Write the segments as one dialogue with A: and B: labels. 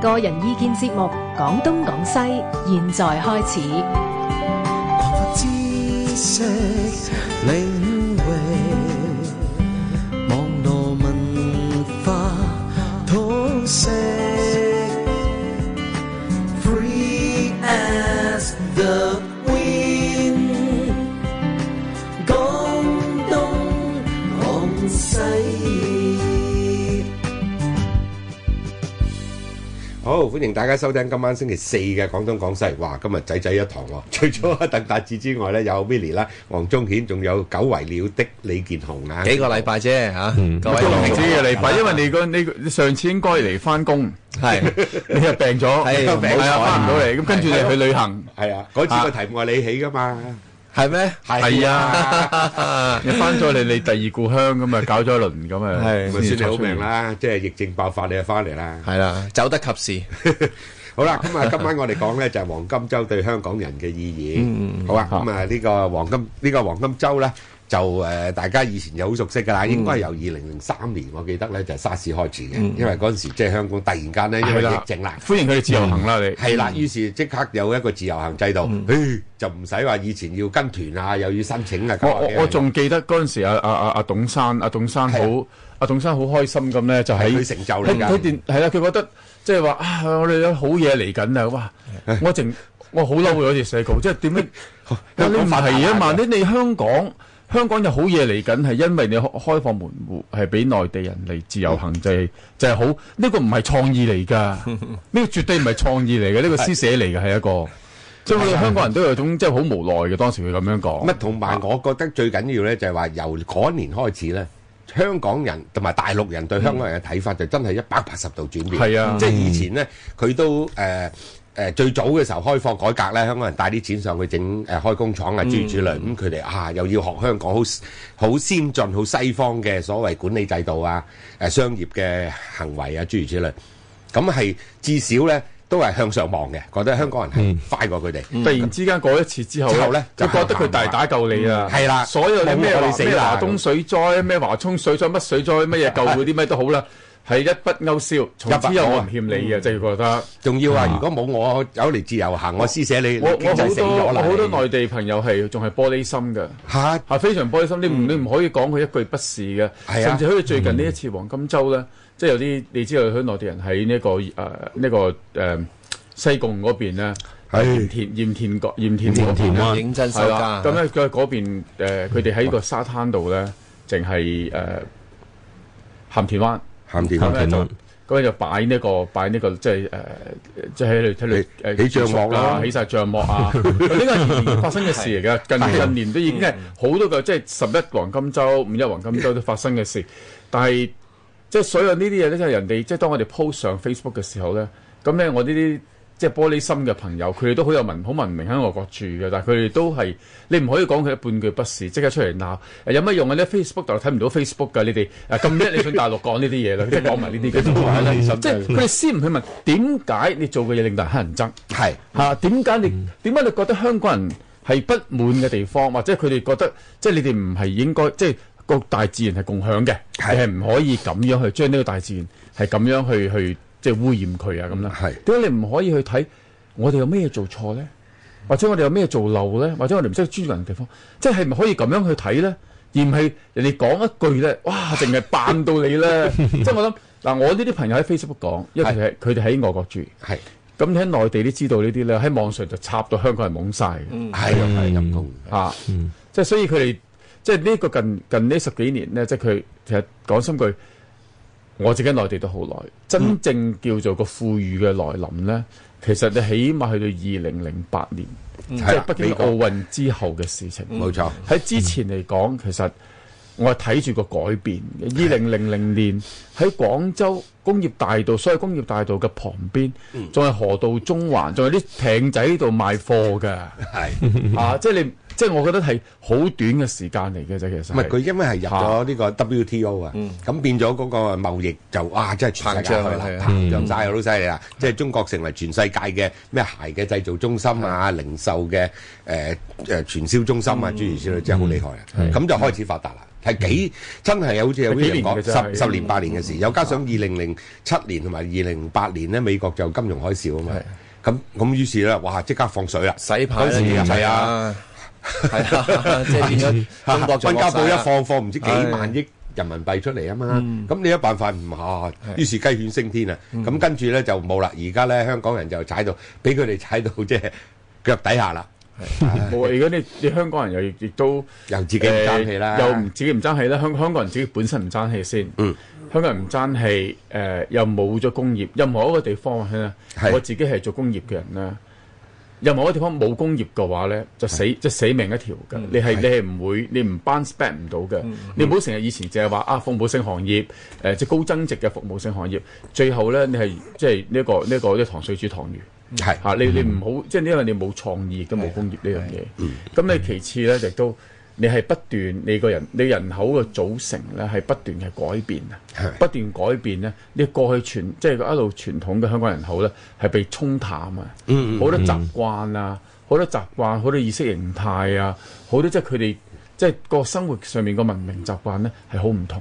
A: 個人意見節目《講東講西》，現在開始。
B: 擴闊知識領域，網絡文化通識，free as the wind。廣東廣西，
C: 好，歡迎大家收聽今晚星期四嘅廣東廣西。哇，今日仔仔一堂喎、除咗阿鄧達志之外咧，有 Billy 啦、黃宗顯，仲有久違了的李健雄啊。
D: 幾個禮拜啫嚇，各位
E: 唔止嘅
D: 禮
E: 禮拜，因為你個你個你上次應該嚟 翻工，
D: 係
E: 你又病咗，
D: 係
E: 係啊，
D: 病咗
E: 翻唔到嚟，咁跟住你去旅行，
C: 係啊，嗰次個題目係你起噶嘛？
D: 係咩？
E: 係
C: 啊，
E: 你翻咗嚟你第二故鄉咁啊，搞咗一輪咁啊，
D: 係
C: 咪算你好命啦，即係疫症爆發你就翻嚟啦。
D: 係啦，走得及時。
C: 好啦，咁啊，今晚我哋講咧就係黃金週對香港人嘅意義。好啊，咁啊，呢個黃金呢個黃金週咧，就誒大家以前就好熟悉㗎啦，應該係由二零零三年我記得咧就係沙士開始嘅，因為嗰陣時即係香港突然間咧因為
E: 係啦
C: 疫症啦。
E: 歡迎佢嗯哋自由行啦，你
C: 係啦，於是即刻有一個自由行制度，唉，就唔使話以前要跟團啊，又要申請啊。咁
E: 我
C: 啊
E: 我我仲記得嗰陣時，阿阿阿阿董生，阿董生
C: 係啊
E: 好，阿董生好開心咁咧，就喺
C: 係佢成就嚟
E: 喺
C: 㗎
E: 佢電係啦，佢覺得即係話啊，我哋有好嘢嚟緊啊！哇，我淨我好嬲嗰條社稿，即係 點樣？你
C: 香港
E: 唔
C: 發達
E: 係啊嘛？
C: 嘅
E: 你你香港香港有好嘢嚟緊，係因為你開開放門户，係俾內地人嚟自由行，就係就係好呢個唔係創 意嚟㗎，呢個絕對唔係創意嚟嘅，呢個施捨嚟嘅係一個。即係我哋香港人都有種即係好無奈嘅，當時佢咁樣講。
C: 乜同埋，我覺得最緊要咧就係話由嗰年開始咧，香港人同埋大陸人對香港人嘅睇法就真係一百八十度轉變。
E: 係啊
C: 即係以前咧，佢都誒。呃誒最早嘅時候開放改革咧，香港人帶啲錢上去整誒開工廠啊，諸如此類。咁佢哋啊又要學香港好好先進、好西方嘅所謂管理制度啊、誒商業嘅行為啊，諸如此類。咁係至少咧都係向上望嘅，覺得香港人係快過佢哋。
E: 突然之間嗰一次之後
C: 之後呢
E: 就
C: 就
E: 覺得佢大打救你啊！
C: 嗯係啦
E: 所有啲咩
C: 冇我
E: 話
C: 哋死啦
E: 咩華東水災、咩華涌水災、乜水 災、乜嘢救嗰啲咩都好啦，係一筆勾銷，從此
C: 一筆
E: 有
C: 勾
E: 我唔欠你嘅，就係覺得
C: 仲要話，如果冇我有嚟自由行，我施捨你，
E: 啊我
C: 你經
E: 我
C: 濟
E: 好
C: 死咗
E: 多
C: 啦。
E: 我好多
C: 你
E: 內地朋友係仲係玻璃心嘅。
C: 嚇
E: 係非常玻璃心，你唔你唔可以講佢一句不是嘅，
C: 係啊
E: 甚至好似最近呢一次黃金周咧，即係有啲你知道佢內地人喺呢、個誒呢、個誒、西貢嗰邊咧，
C: 唉
E: 鹽田鹽田角鹽田嗰邊
D: 田
E: 呢
D: 灣認真收
E: 係
D: 家
E: 啦咁咧佢嗰邊誒佢哋喺個沙灘度咧，淨係誒鹹田灣。
C: 鹹田
E: 咁咧
C: 灣
E: 就咁咧就擺呢個擺呢個即係誒，呃即係喺度喺
C: 起
E: 度誒
C: 起帳幕啦
E: 啊起晒帳幕 啊！呢個係以前發生嘅事嚟㗎，近近年都已經係
C: 嗯
E: 好多個即係十一黃金週、五一黃金週都發生嘅事，但係即係所有呢啲嘢咧，即係人哋即係當我哋 post 上 Facebook 嘅時候咧，咁咧我呢啲。即係玻璃心嘅朋友，佢哋都好有文好文明喺外國住嘅，但係佢哋都係你唔可以講佢半句不是，即刻出嚟鬧、誒有乜用嘅 咧？Facebook 就睇唔到 Facebook 㗎，你哋誒咁叻，你上大陸講呢啲嘢啦，即係講埋呢啲嘅都話啦，即係佢哋先唔去問點解你做嘅嘢令到人乞人憎
C: 係
E: 嚇？點解
C: 嗯
E: 你點解你覺得香港人係不滿嘅地方，或者佢哋覺得即係你哋唔係應該即係個大自然係共享嘅，
C: 係
E: 你係唔可以咁樣去將呢個大自然係咁樣去去即係污染佢啊咁啦。
C: 係
E: 點解你唔可以去睇我哋有咩做錯咧？或者我哋有咩做漏咧？或者我哋唔識尊重人嘅地方，即係咪可以咁樣去睇咧？而唔係人哋講一句咧，哇，淨係扮到你咧。即係我諗嗱，我呢啲朋友喺 Facebook 講，因為佢哋係佢哋喺外國住，
C: 係
E: 咁你喺內地都知道呢啲咧，喺網上就插到香港人懵晒嘅。
C: 係係陰公。
E: 啊，
C: 嗯
E: 即係所以佢哋即係呢個近近呢十幾年咧，即係佢其實講真句，我自己喺內地都好耐，
C: 嗯
E: 真正叫做個富裕嘅來臨咧，其實你起碼去到二零零八年，即
C: 係
E: 係
C: 啦
E: 北京
C: 美國
E: 奧運之後嘅事情。
C: 冇錯，
E: 喺之前嚟講，其實我係睇住個改變嘅。二零零零年喺廣州工業大道，所謂工業大道嘅旁邊，
C: 嗯
E: 仲係河道中環，仲有啲艇仔喺度賣 貨㗎。
C: 係
E: 啊，即係你，即係我覺得係好短嘅時間嚟嘅啫，其實
C: 唔係佢
E: 係。
C: 因為係入咗呢個 WTO 啊，咁變咗嗰個貿易就啊，真係全世界去啦
D: 膨脹，啊
C: 膨脹晒好犀利啦！即係中國成為全世界嘅咩鞋嘅製造中心啊、零售嘅誒誒傳銷中心啊，諸如此類，真係好厲害啊！咁就開始發達啦。係幾真係好似有啲人
E: 係
C: 講
E: 幾年嘅啫
C: 十十年八年嘅事，又加上二零零七年同埋二零零八年咧，美國就金融海嘯啊嘛。咁咁於是咧，哇！即刻放水啦，
D: 洗牌啦
C: 嗰時
D: 呢啲
C: 係啊。
D: 啊，係 啊，即係變咗中國做
C: 温家寶
D: 國
C: 一
D: 勢啦
C: 放放唔知幾萬億人民幣出嚟啊嘛，
E: 嗯
C: 咁你一辦法唔下，於是雞犬升天啊！咁跟住咧就冇啦，而家咧香港人就踩到，俾佢哋踩到即係腳底下啦，
E: 冇啊！而家你你香港人又亦亦都
C: 又自己唔爭氣啦，
E: 誒又唔自己唔爭氣啦。香香港人自己本身唔爭氣先，
C: 嗯
E: 香港人唔爭氣，誒、又冇咗工業，任何一個地方咧，
C: 係
E: 我自己係做工業嘅人啦。任何一個地方冇工業嘅話咧，就死即係死命一條嘅、你係你係唔會，你唔 bounce back 唔到嘅。你唔好成日以前淨係話啊服務性行業，誒、即係高增值嘅服務性行業，最後咧你係即係呢一個呢一、個呢糖水煮糖魚。
C: 係嗯
E: 嚇、啊你你唔好，即係因為你冇創意，亦都冇工業呢樣嘢。咁你其次咧，亦都你係不斷你個人你人口嘅組成咧係不斷嘅改變啊
C: 係，
E: 不斷改變咧。你過去傳即係一路傳統嘅香港人口咧係被沖淡啊，
C: 嗯
E: 好多習慣啊，好多習慣，好多意識形態啊，好多即係佢哋。即係個生活上面個文明習慣咧係好唔同，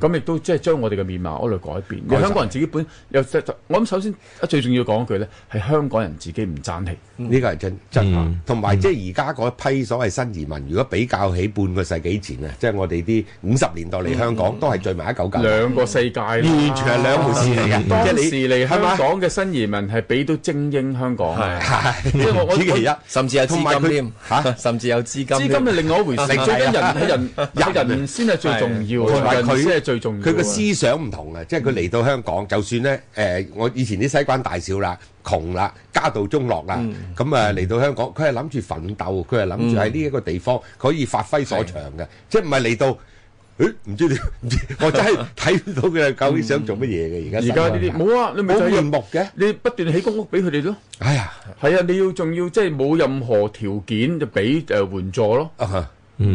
E: 咁亦、都即係將我哋嘅面貌嗰度改變。
C: 嗯改晒
E: 香港人自己本有，我諗首先啊最重要講一句咧，係香港人自己唔爭氣。
C: 呢個係真真話，
E: 嗯
C: 同埋即係而家嗰批所謂新移民，如果比較起半個世紀前啊，即係我哋啲五十年代嚟香港都係聚埋一嚿嚿，
E: 嗯兩個世界啦
C: 完全係兩回事嚟嘅，嗯
E: 當
C: 即係你
E: 時嚟香
C: 係嘛
E: 港嘅新移民係俾到精英香港啊，
C: 係
E: 即係我我
C: 此其一
E: 我
D: 甚至有
C: 同埋
D: 資金
C: 佢
D: 添
C: 嚇
D: 甚至有資金添。
E: 資金係另外一回事，
C: 係啊
E: 最緊人係人係人先係最重
C: 同
E: 要，
C: 埋佢
E: 人先係最重要。啊嗯
C: 佢個思想唔同啊，即係佢嚟到香港，就算咧誒、呃我以前啲西關大少啦、窮啦、家道中落啦，
E: 嗯
C: 咁啊嚟到香港，佢係諗住奮鬥，佢係諗住喺呢一個地方可以發揮所長嘅，即係唔係嚟到。誒唔知你唔 知，我真係睇唔到佢係究竟想做乜嘢嘅而
E: 嗯
C: 家。
E: 而家呢啲冇啊，你咪就
C: 冇面
E: 係
C: 目嘅，
E: 你不斷起公屋俾佢哋咯。
C: 哎呀，
E: 係啊，你要仲要即係冇任何條件就俾誒援助咯。
C: 啊哈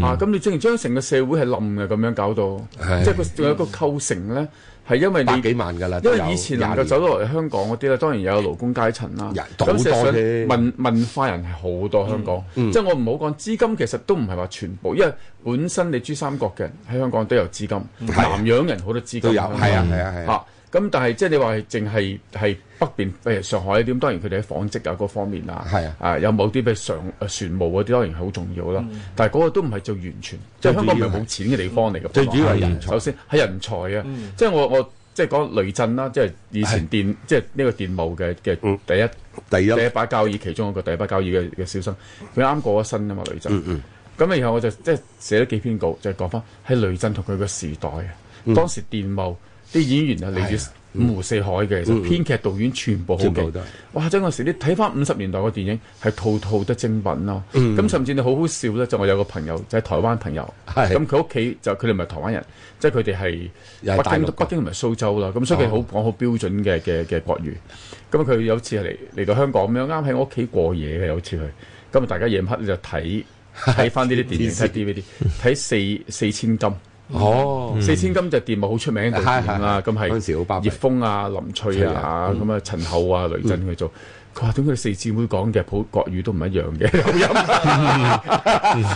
E: 啊，咁你正然將成個社會係冧嘅咁樣搞到，
C: 唉
E: 即係佢有一個構成咧，係因為
C: 百幾
E: 你。
C: 萬㗎啦，
E: 因
C: 都
E: 為
C: 有
E: 以前能
C: 廿
E: 夠
C: 年
E: 走到嚟香港嗰啲咧，當然有勞工階層啦
C: 人。好
E: 咁事
C: 多嗯
E: 實
C: 添
E: 上文文化人係好多香港，即係我唔好講資金，其實都唔係話全部，因為本身你珠三角嘅人喺香港都有資金，南洋人好多
C: 嗯
E: 資金
C: 都有，
E: 喺香港
C: 係啊係啊係啊，
E: 嚇。咁但係即係你話係淨係係北邊，譬如上海啲，咁當然佢哋喺紡織啊嗰方面啊，
C: 係啊
E: 有某啲譬如上誒船務嗰啲，當然係好重要啦。但係嗰個都唔係最完全，即係香港唔係冇錢嘅地方嚟嘅。
C: 嗯最主要係人才
E: 首先係人才啊，即係我我即係講雷震啦，即係以前電即係呢個電務嘅
C: 嗯
E: 嘅第一。
C: 第一
E: 第一把交椅其中一個第一把交椅嘅嘅小生，佢啱過咗身啊嘛，雷
C: 嗯
E: 震。咁然後我就即係寫咗幾篇稿，就係講翻喺雷震同佢個時代啊。
C: 嗯
E: 當時電懋啲演員係嚟
C: 啊
E: 自五湖四海嘅，其實編劇導演全部好
C: 嗯全部
E: 勁
C: 都係。
E: 哇！真嗰時你睇翻五十年代嘅電影，係套套都精品咯。
C: 嗯
E: 咁甚至你好好笑咧，就我有個朋友就係台灣朋友，
C: 係
E: 咁佢屋企就佢哋唔係台灣人，即係佢哋係。
C: 又係
E: 北
C: 大陸
E: 京
C: 嘅哦
E: 北京唔係蘇州啦，咁所以佢好講好標準嘅嘅嘅國語。咁佢有次係嚟嚟到香港咁樣，啱喺我屋企過夜嘅有次佢，咁啊大家夜晚黑就 睇睇翻呢啲電影睇 DVD，睇四四千金。
C: 哦，
E: 四千金就電幕好出名嘅導演啦，
C: 係係
E: 咁係
C: 嗰陣時好巴閉
E: 葉峰啊、林翠啊、咁啊陳厚啊、雷震佢做。
C: 嗯
E: 佢話點解佢哋四姊妹講嘅普國語都唔一樣嘅？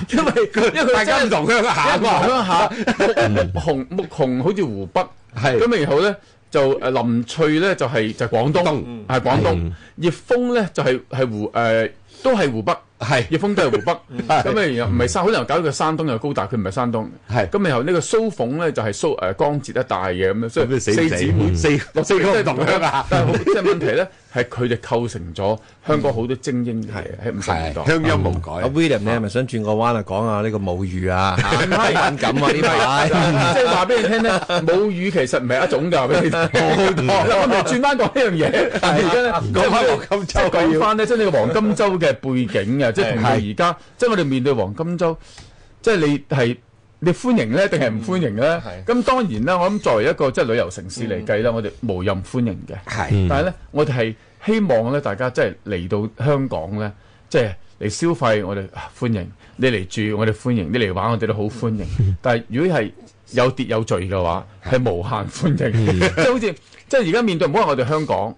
E: 因為因為
C: 大家唔同鄉下
E: 因為
C: 嘛，
E: 鄉下目目紅目紅好似湖北，
C: 係
E: 咁然後咧就誒林翠咧就係就係廣東
C: 東，嗯
E: 係廣東，葉峰咧就係係湖誒都係湖北。
C: 係嗯
E: 葉峰都係 湖北，
C: 係
E: 咁啊然後唔係山，可能搞到佢山東又高大，佢唔係山東。
C: 係
E: 咁然後呢個蘇鳳咧就係蘇誒江浙一帶嘅咁樣，所
C: 咁
E: 以
C: 你死
E: 四
C: 唔
E: 姊妹
C: 死？四四個唔同鄉下。
E: 但係好即係問題咧，係佢哋構成咗香港好多精英嘅嘢喺五十年代
C: 係。鄉音無
D: 阿
C: 改，
D: William 你係咪想轉個彎啊，講下呢個母 語啊，
E: 唔係
D: 敏感啊呢排。
E: 即係話俾你聽咧，母語其實唔係一種㗎，話俾你聽。我咪轉翻講呢樣嘢，而家咧
C: 講翻黃金周
E: 即係講翻咧，即係呢個黃金周嘅背景啊，即係同到而家，即係我哋面對黃金周，即係你係。你歡迎咧，定係唔歡迎咧？咁當然啦，我諗作為一個即係旅遊城市嚟計啦，我哋無任歡迎嘅。
C: 係
E: 但係咧，我哋係希望咧，大家即係嚟到香港咧，即係嚟消費，我哋啊歡迎；你嚟住，我哋歡迎；你嚟玩，我哋都好歡迎。 但係如果係有秩有序嘅話，係無限歡
C: 嗯
E: 迎，即係好似即係而家面對唔好話 我哋香港，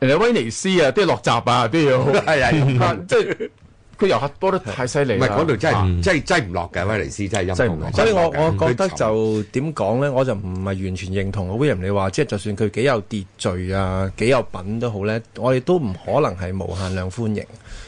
E: 人哋威尼斯啊，都要落閘啊，都要
C: 係係
E: 啊即係佢遊客多得太犀利
C: 唔
E: 啦。
C: 係嗰度真係真係擠唔落嘅威尼斯真係陰
D: 真係
C: 公
D: 唔
C: 嘅
D: 係，
C: 真
D: 所以
C: 係
D: 我
C: 唔落嘅
D: 我覺得
C: 佢
D: 就點講咧，我就唔係完全認同啊 William 你話，即係就算佢幾有秩序啊，幾有品都好咧，我哋都唔可能係無限量歡迎，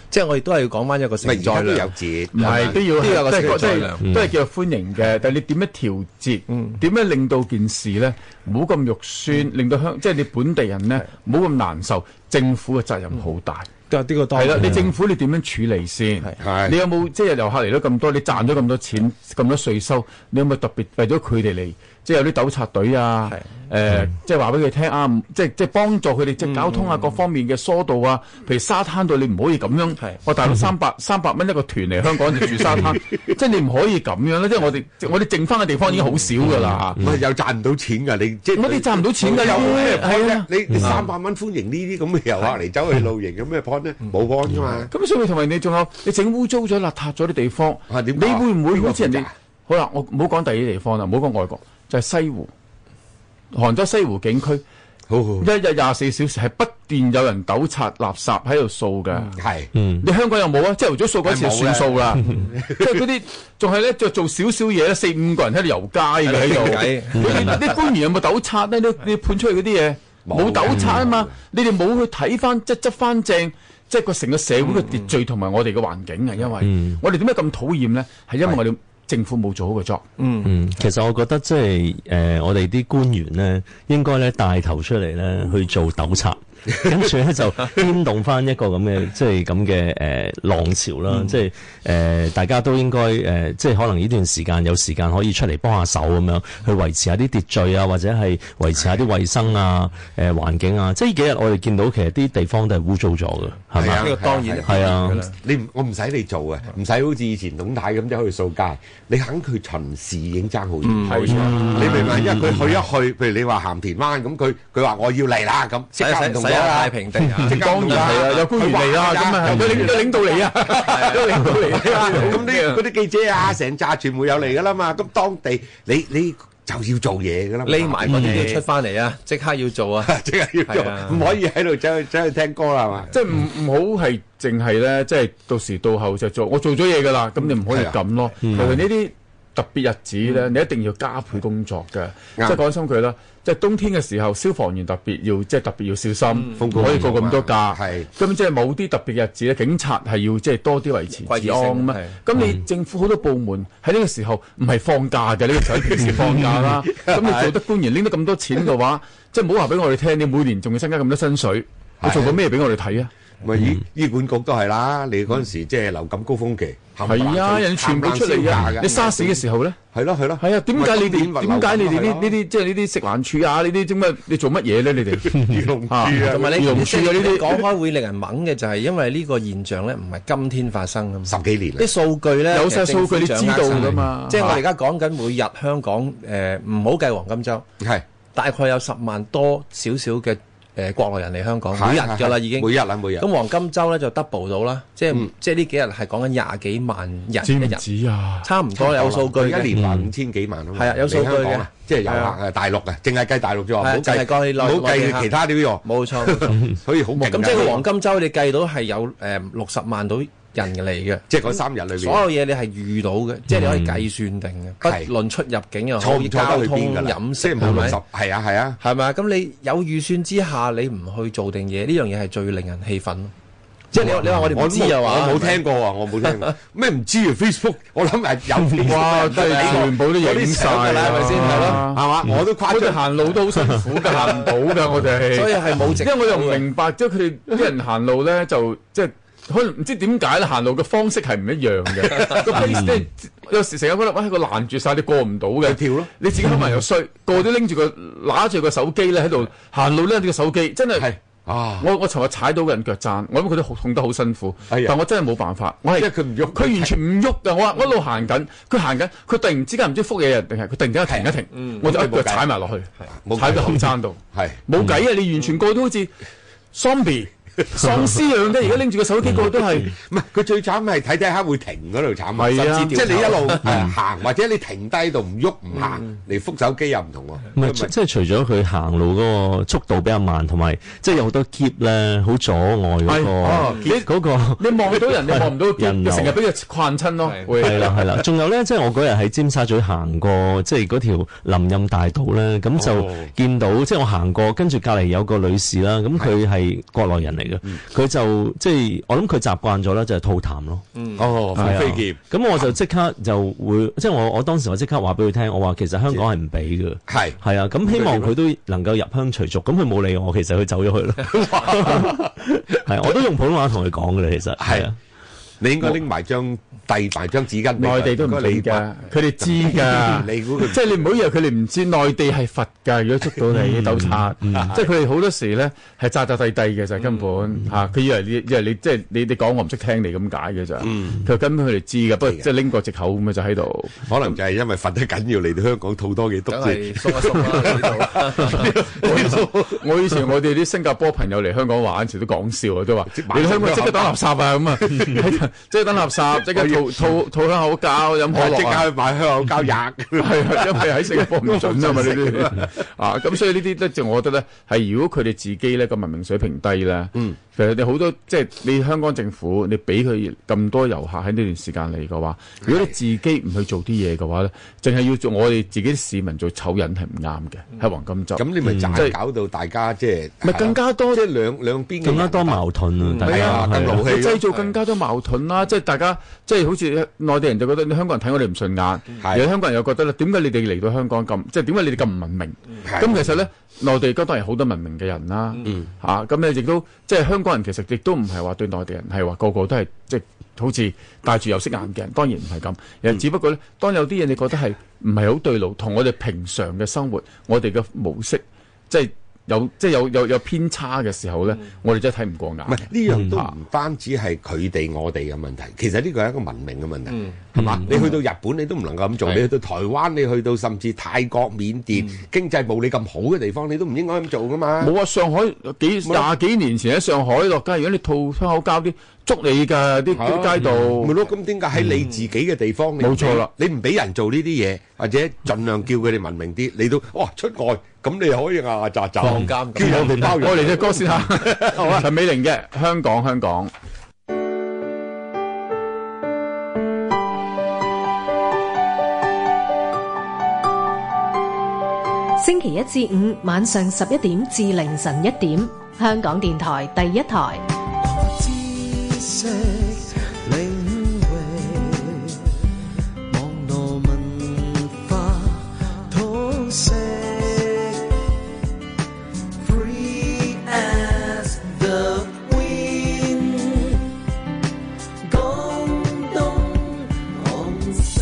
D: 即係我哋都係要講翻一個
C: 唔係
D: 承
C: 而家
D: 載
C: 都有
D: 量。
C: 節，
E: 唔係都要
D: 都要有個
E: 即
D: 承載
E: 係即係
D: 量
E: 都係叫歡迎嘅，但係你點樣調節？點樣令到件事咧唔好咁肉酸，令到香即係你本地人咧唔好咁難受。政府嘅責任好大，
D: 呢個當
E: 係啦
D: 然。
E: 你政府你點樣處理先？
C: 啊係
E: 你有冇即係遊客嚟咗咁多，你賺咗咁多錢、咁多税收，你有冇特別為咗佢哋嚟，即係有啲糾察隊啊？誒，即係話俾佢聽啊，唔即係即係幫助佢哋即
C: 嗯
E: 係交通啊，各方面嘅疏導啊。譬如沙灘度你唔可以咁樣
D: 係，
E: 我大佬三百三百蚊一個團嚟香港就住沙 灘，即係你唔可以咁樣咧。即係我哋我哋剩翻嘅地方已經好少㗎啦
C: 唔係又賺唔到錢㗎，你即係
E: 我哋賺唔到錢㗎
C: 嗯有咩
E: 有
C: point
E: 係
C: 咧
E: 啊？
C: 你你三百蚊歡迎呢啲咁嘅遊客嚟走去露營，有咩 point 咧？冇 point 㗎嘛。
E: 咁所以同埋你仲有你整污糟咗、邋遢咗啲地方，
C: 啊
E: 你
C: 點搞
E: 會唔會好似
C: 邊
E: 人
C: 個負責啊
E: 哋？好啦，我唔好講第二啲地方啦，唔好講外國，就係、西湖，杭州西湖景區，
C: 好好
E: 一日廿四小時係不斷有人糾察垃圾喺度掃㗎。
C: 係。
E: 你香港有冇啊？朝頭早掃嗰次就算數啦，即係嗰啲仲係咧，就做少少嘢咧，四五個人喺度遊街嘅喺度。
D: 傾
C: 嗯
E: 咁你啲官員有冇糾察咧？你你判出去嗰啲嘢
C: 冇嗯
E: 冇糾察啊嘛？你哋冇去睇翻，即係執翻正，即係個成個社會嘅秩序同埋我哋嘅環境啊！因
C: 嗯
E: 為我哋點解咁討厭咧？係因為我哋政府冇做好個 job。
F: 嗯，其實我覺得即係誒，我哋啲官員咧，應該咧帶頭出嚟咧去做糾察，跟住咧就牽動翻一個咁嘅即係咁嘅誒浪潮啦，即係誒、呃大家都應該誒、呃即係可能呢段時間有時間可以出嚟幫下手咁樣，去維持下啲秩序啊，或者係維持下啲衞生啊、誒、環境啊，即係呢幾日我哋見到其實啲地方都係污糟咗嘅，係
C: 係
F: 咪
C: 啊？
D: 呢個當然
F: 係啊
D: 㗎啦
C: 你唔我唔使你做啊，唔使好似以前董太咁走去掃街，你肯佢巡視已經爭好遠。
E: 係
C: 你明唔明？因為佢去一去，譬如你話鹹田灣咁，佢佢話我要嚟啦咁，即刻唔同咗
D: 使
C: 啦
D: 太。平地啊！
C: 即刻唔
E: 當
C: 同
E: 然係啦，有官員嚟啦，
C: 佢話
E: 咁啊，
C: 㗎
E: 有領有領導嚟啊，有領導嚟啊，
C: 咁啲嗰啲記者啊，成扎全部有嚟噶啦嘛。咁當地你你就要做嘢噶啦嘛，
D: 匿埋嗰啲要出
C: 嗯
D: 翻嚟啊！即刻要 做啊！
C: 即刻要
D: 係啊
C: 做，唔可以喺度走去走去聽歌啦係嘛。
E: 即係
C: 嗯
E: 唔唔好係淨係咧，即係到時到後就做，我做咗嘢㗎啦，咁你唔可以
C: 啊
E: 咁咯。
C: 嗯
E: 尤其呢啲特別日子咧，你一定要加倍工作嘅。即
C: 啱
E: 係講心佢啦，即係冬天嘅時候，消防員特別要即係特別要小心，
C: 嗯風高啊
E: 唔可以告咁多假。
C: 係
E: 咁即係某啲特別日子咧，警察係要即係多啲維持治
D: 季節性
E: 安咁啊
D: 係。
E: 咁你政府好多部門喺呢個時候唔係放假嘅，呢個時候平時放假 啦。咁你做得官員拎得咁多錢嘅話，即係唔好話俾我哋聽，你每年仲要增加咁多薪水，你做過咩俾我哋睇啊？
C: 咪醫醫管局都係啦，你嗰陣時即係流感高峰期，
E: 係啊，人哋全部出嚟啊！你沙士嘅時候咧，
C: 係咯係咯，
E: 係啊，點解你哋點啊解你哋呢呢
C: 啲
E: 啲即係呢啲食環署啊呢啲點解你做乜嘢咧？你哋
C: 魚龍柱
E: 啊
C: 啊？
D: 同埋你
E: 漁
D: 即
E: 農
D: 係
E: 處啊呢啲
D: 你講開會令人懵嘅就係因為呢個現象咧，唔係今天發生啊嘛。
C: 十幾年啦
D: 啲，數據咧
E: 有晒數據你知道㗎嘛
D: 即係我哋而家講緊每日香港誒唔好計黃金周，
C: 係
D: 大概有十萬多少少嘅誒國內人嚟香港，
C: 係
D: 每日㗎啦已經。
C: 每日啦每日。
D: 咁黃金周咧就 double 到啦，即係即係呢幾日係講緊廿幾萬人
E: 嗯知
D: 一
E: 唔
D: 日，
E: 知啊？
D: 差唔多有數據
C: 佢
D: 嘅。嗯
C: 一年話五千幾萬啊嘛，
D: 係啊有數據嘅
C: 嚟香港啊即係遊客啊，大陸啊，淨係計大陸啫喎，唔好
D: 係淨係計
C: 計
D: 內
C: 唔好
D: 內地
C: 計
D: 客
C: 其他啲喎，
D: 冇錯，冇錯
C: 所以好勁㗎啊
D: 咁即係個黃金周你計到係有誒六十萬到人嚟嘅。
C: 即係嗰三日裏
D: 所
C: 邊，
D: 有嘢你係預到嘅，即係你可以計算定
C: 係
D: 嘅，不論出入境又
C: 錯
D: 好，
C: 唔錯
D: 交
C: 得去邊
D: 通、
C: 㗎啦？
D: 飲
C: 即
D: 食
C: 係冇
D: 係
C: 六
D: 咪
C: 十，？係啊係啊，
D: 係咪啊？咁你有預算之下，你唔去做定嘢，呢樣嘢係最令人氣憤咯。即係你話你話我哋唔
C: 我
D: 知
C: 都冇
D: 又話，
C: 我冇
D: 係咪
C: 聽過啊，我冇 聽過咩唔知啊？Facebook 我諗係有 Facebook
E: 哇！真係全部
D: 啊
E: 都影晒
C: 嗰啲相㗎啦
E: 啦，
C: 係咪先係咯
E: 係嗯
C: 係嘛？我都誇
E: 我哋
C: 張。
E: 行路都好辛苦㗎，行唔到㗎，我哋。
D: 所以係冇直
E: 因為我又唔明白，即係佢 哋啲人行路咧，就即係可能唔知點解咧，行路嘅方式係唔一樣 嘅。個 pace 咧，有時成日覺得哇，個攔住晒你過唔到嘅，
C: 跳咯。
E: 你自己行埋又衰，個都拎住個揦住個手機咧喺度行路咧，拎住個手機真係
C: 係。啊，
E: 我我尋日踩到個人腳踭，我諗佢都痛得好辛苦，
C: 哎呀
E: 但我真係冇辦法，我係
C: 即係佢唔喐嗯
E: 佢完全唔喐㗎。我話我一路行緊，佢行緊，佢突然之間唔知覆嘢定係佢突然之間停一
C: 嗯
E: 停，我就一腳踩埋落去
C: 冇計，
E: 踩到後踭度。
C: 係
E: 嗯 冇計啊！你完全個都好似 zombie 喪屍樣啫，而家拎住個手機個個都係。
C: 唔係佢最慘係睇睇下會停嗰度慘啊，
E: 係啊
C: 甚至即係你一路誒行，或者你停低喺度唔喐唔行，嚟覆手機又唔同喎。
F: 唔係，即係除咗佢行路嗰個速度比較慢，同埋即係有好多劫咧，好阻礙嗰
E: 係哦
F: 個嗰個。
E: 你望到人， 啊你望唔到
F: 人流
E: 啲，成日俾佢困親咯，會
F: 係啦，係啦，仲有咧，即係我嗰日喺尖沙咀行過，即係嗰條林蔭大道咧，咁就見到，即係我行過，跟住隔離有個女士啦，咁佢係國內人嚟嘅，佢就即係我諗佢習慣咗啦，就係吐痰咯。
C: 哦，
F: 係啊
C: 飛劍。
F: 咁我就即刻就會，即係我我當時我即刻話俾佢聽，我話其實香港係唔俾嘅。
C: 係
F: 係啊，咁希望佢都能夠入鄉隨俗，咁佢冇理我，其實佢走咗去 咯。係，啊我都用普通話同佢講嘅啦，其實係啊，
C: 你應該拎埋張遞埋張紙巾俾佢。
E: 內地都唔
C: 應
E: 理
C: 該
E: 㗎，佢哋知㗎。
C: 你估佢
E: 即係你唔好以為佢哋唔知，內地係罰㗎。如果捉到你鬥賊，即係佢哋好多時咧係詐詐地地嘅就根本嚇，佢以為你以為你即係你你講我唔識聽你咁解嘅咋。佢根本佢哋知㗎，不過嗯即係拎個藉口咁啊就喺度。
C: 可能就係因為罰得緊要，嚟到香港吐多幾督
D: 梗
C: 先。
D: 係縮一縮啦 呢度。
E: 我以前我哋啲新加坡朋友嚟香港玩時都講笑啊，都話
C: 晚
E: 你香港即刻抌垃圾啊咁 啊，即刻抌垃圾，即刻吐吐吐香口膠，飲可
C: 我即
E: 樂啊
C: 刻買香口膠藥。
E: 係啊，因為喺新加坡唔 準啊嘛呢啲啊，咁所以呢啲咧，就我覺得咧，係如果佢哋自己咧個文明水平低咧，嗯，其實你好多即係你香港政府，你俾佢咁多遊客喺呢段時間嚟嘅話，如果你自己唔去做啲嘢嘅話咧，淨係要做我哋自己啲市民做醜人係唔啱嘅，喺黃金周
C: 咁你咪
E: 即
C: 賺
E: 係
C: 搞到大家即係
E: 咪更加多
C: 即係兩兩邊嘅
F: 更加多
C: 人
F: 矛盾啊，大
C: 係啊
F: 家
C: 更勞氣
E: 你
C: 咯
E: 製造更加多矛盾啦，即係大家即係好似內地人就覺得你香港人睇我哋唔順眼，
C: 嗯
E: 而香港人又覺得咧點解你哋嚟到香港咁，即係點解你哋咁唔文明？
C: 係嗯
E: 咁其實咧，內地而家當然好多文明嘅人啦，嚇咁你亦都即係香港人其實亦都唔係話對內地人係話個個都係即係好似戴住有色眼鏡，當然唔係咁，而係
C: 嗯
E: 只不過咧，當有啲嘢你覺得係唔係好對路，同我哋平常嘅生活，我哋嘅模式即係。有即係有有有偏差嘅時候咧，我哋真係睇唔過眼。
C: 嗯唔係呢樣都唔單止係佢哋我哋嘅問題，其實呢個係一個文明嘅問題，係嘛？你去到日本你都唔能夠咁做，
E: 係
C: 你去到台灣，你去到甚至泰國、緬甸經濟冇你咁好嘅地方，你都唔應該咁做噶嘛？
E: 冇啊！上海幾
C: 冇啊啦
E: 廿幾年前喺上海落街，如果你吐香口膠啲，捉你㗎啲
C: 係
E: 啲街道。
C: 嗯咪咯？咁點解喺你自己嘅地方，你唔
E: 冇錯啦
C: 俾你唔俾人做呢啲嘢，或者盡量叫佢哋文明啲，你都哦出外咁你可以牙牙咋咋，
D: 放監咁
C: 叫人哋包
E: 我
C: 容。
E: 嚟只歌 先嚇，好啊！陳美玲嘅《香港香港》。
A: 星期一至五晚上十一點至凌晨一點，香港電台第一台。
B: 知識領域，網絡文化通識，free as the wind，廣東廣西。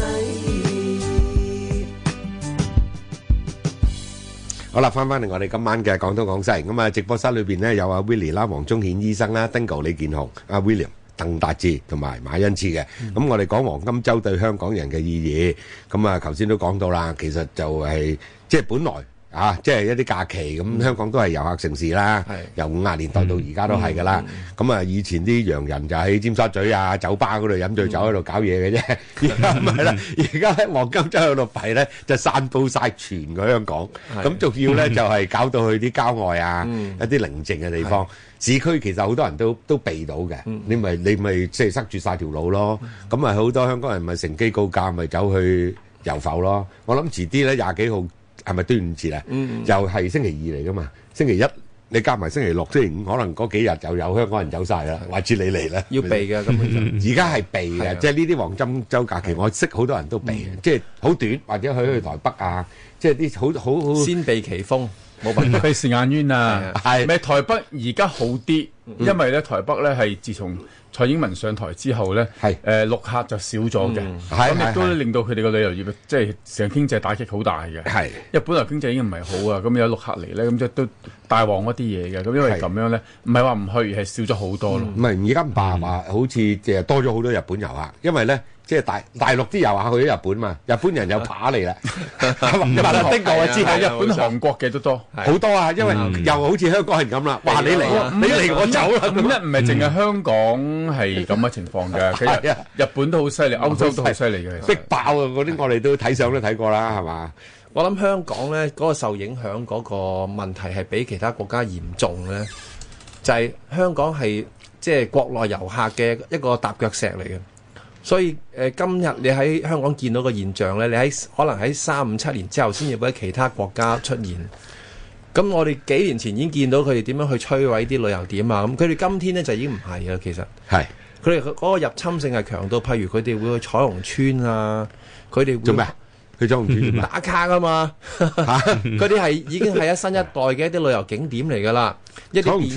C: 好啦，翻翻嚟我哋今晚嘅廣東廣西咁啊，直播室裏邊咧有阿 Willie 啦、黃宗顯醫生啦、Dingo 李健雄、阿 William。鄧達志同埋馬恩賜嘅，咁我哋講黃金週對香港人嘅意義，咁啊頭先都講到啦，其實就係即係本來啊，即係一啲假期咁，香港都係遊客城市啦，由五廿年代到而家都係噶啦，咁啊以前啲洋人就喺尖沙咀啊酒吧嗰度飲醉酒喺度搞嘢嘅啫，而家唔係啦，而家咧黃金週喺度弊咧就散佈晒全個香港，咁仲要 咧就係搞到去啲郊外啊，一啲寧靜嘅地方。市區其實好多人都都避到嘅，你咪你咪即係塞住晒條路咯。咁咪好多香港人咪乘機告假，咪走去遊埠咯。我諗遲啲咧廿幾號係咪端午節啊？又係星期二嚟噶嘛？星期一你加埋星期六、星期五，可能嗰幾日就有香港人走晒啦，或者你嚟啦。
D: 要避嘅咁其 實。
C: 而家係避
D: 嗯係啊嗯
C: 嘅，即係呢啲黃金周假期，我識好多人都避嘅，即係好短或者去去台北啊，即係啲好好好
D: 先避其風，冇辦法。
E: 費事眼冤啊！嗯
C: 係
E: 咪台北而家好啲，因為咧台北咧係自從蔡英文上台之後咧，
C: 係
E: 誒、陸客就少咗嘅，
C: 係係
E: 咁亦都
C: 係
E: 令到佢哋個旅遊業即係成個經濟打擊好大嘅。
C: 係
E: 因為本來經濟已經唔係好啊，咁有陸客嚟咧，咁即係都大旺一啲嘢嘅。咁因為
C: 係
E: 咁樣咧，唔係話唔去，而係少咗好多咯。
D: 嗯
C: 唔係而家唔怕話，好似誒多咗好多日本遊客，因為咧即係大大陸啲遊客去咗日本嘛，日本人有扒嚟啦，
D: 嗯
C: 係嘛日本人的我知
E: 係
C: 係
E: 日
C: 日
E: 本、韓國嘅都多。
C: 好多啊，因為
D: 嗯
C: 又好似香港人咁啦，哇！你嚟
D: 哦
C: 啊，你嚟我走啦，
D: 嗯
E: 咁一唔係淨係香港係咁嘅情況嘅，其
C: 係
E: 實
C: 啊
E: 日本都好犀利，歐洲都好犀利嘅。其
C: 逼
E: 實
C: 爆啊！嗰啲我哋都睇相都睇過啦，係嘛？
D: 我諗香港呢嗰、個受影響嗰個問題係比其他國家嚴重呢就係、香港係即係國內遊客嘅一個踏腳石嚟嘅。所以誒、呃今日你喺香港見到個現象呢，你喺可能喺三五七年之後先至會喺其他國家出現。咁我哋幾年前已經見到佢哋點樣去摧毀啲旅遊點啊！咁佢哋今天呢，就已經唔係啦，其實。
C: 係
D: 佢哋嗰個入侵性係強到，譬如佢哋會去彩虹村啊，佢哋會
C: 做咩啊？去咗唔知做咩啊？
D: 打卡噶 嘛，嗰啲係已經係一新一代嘅一啲旅遊景點嚟噶啦，一
C: 彩
D: 啲
C: 虹
D: 電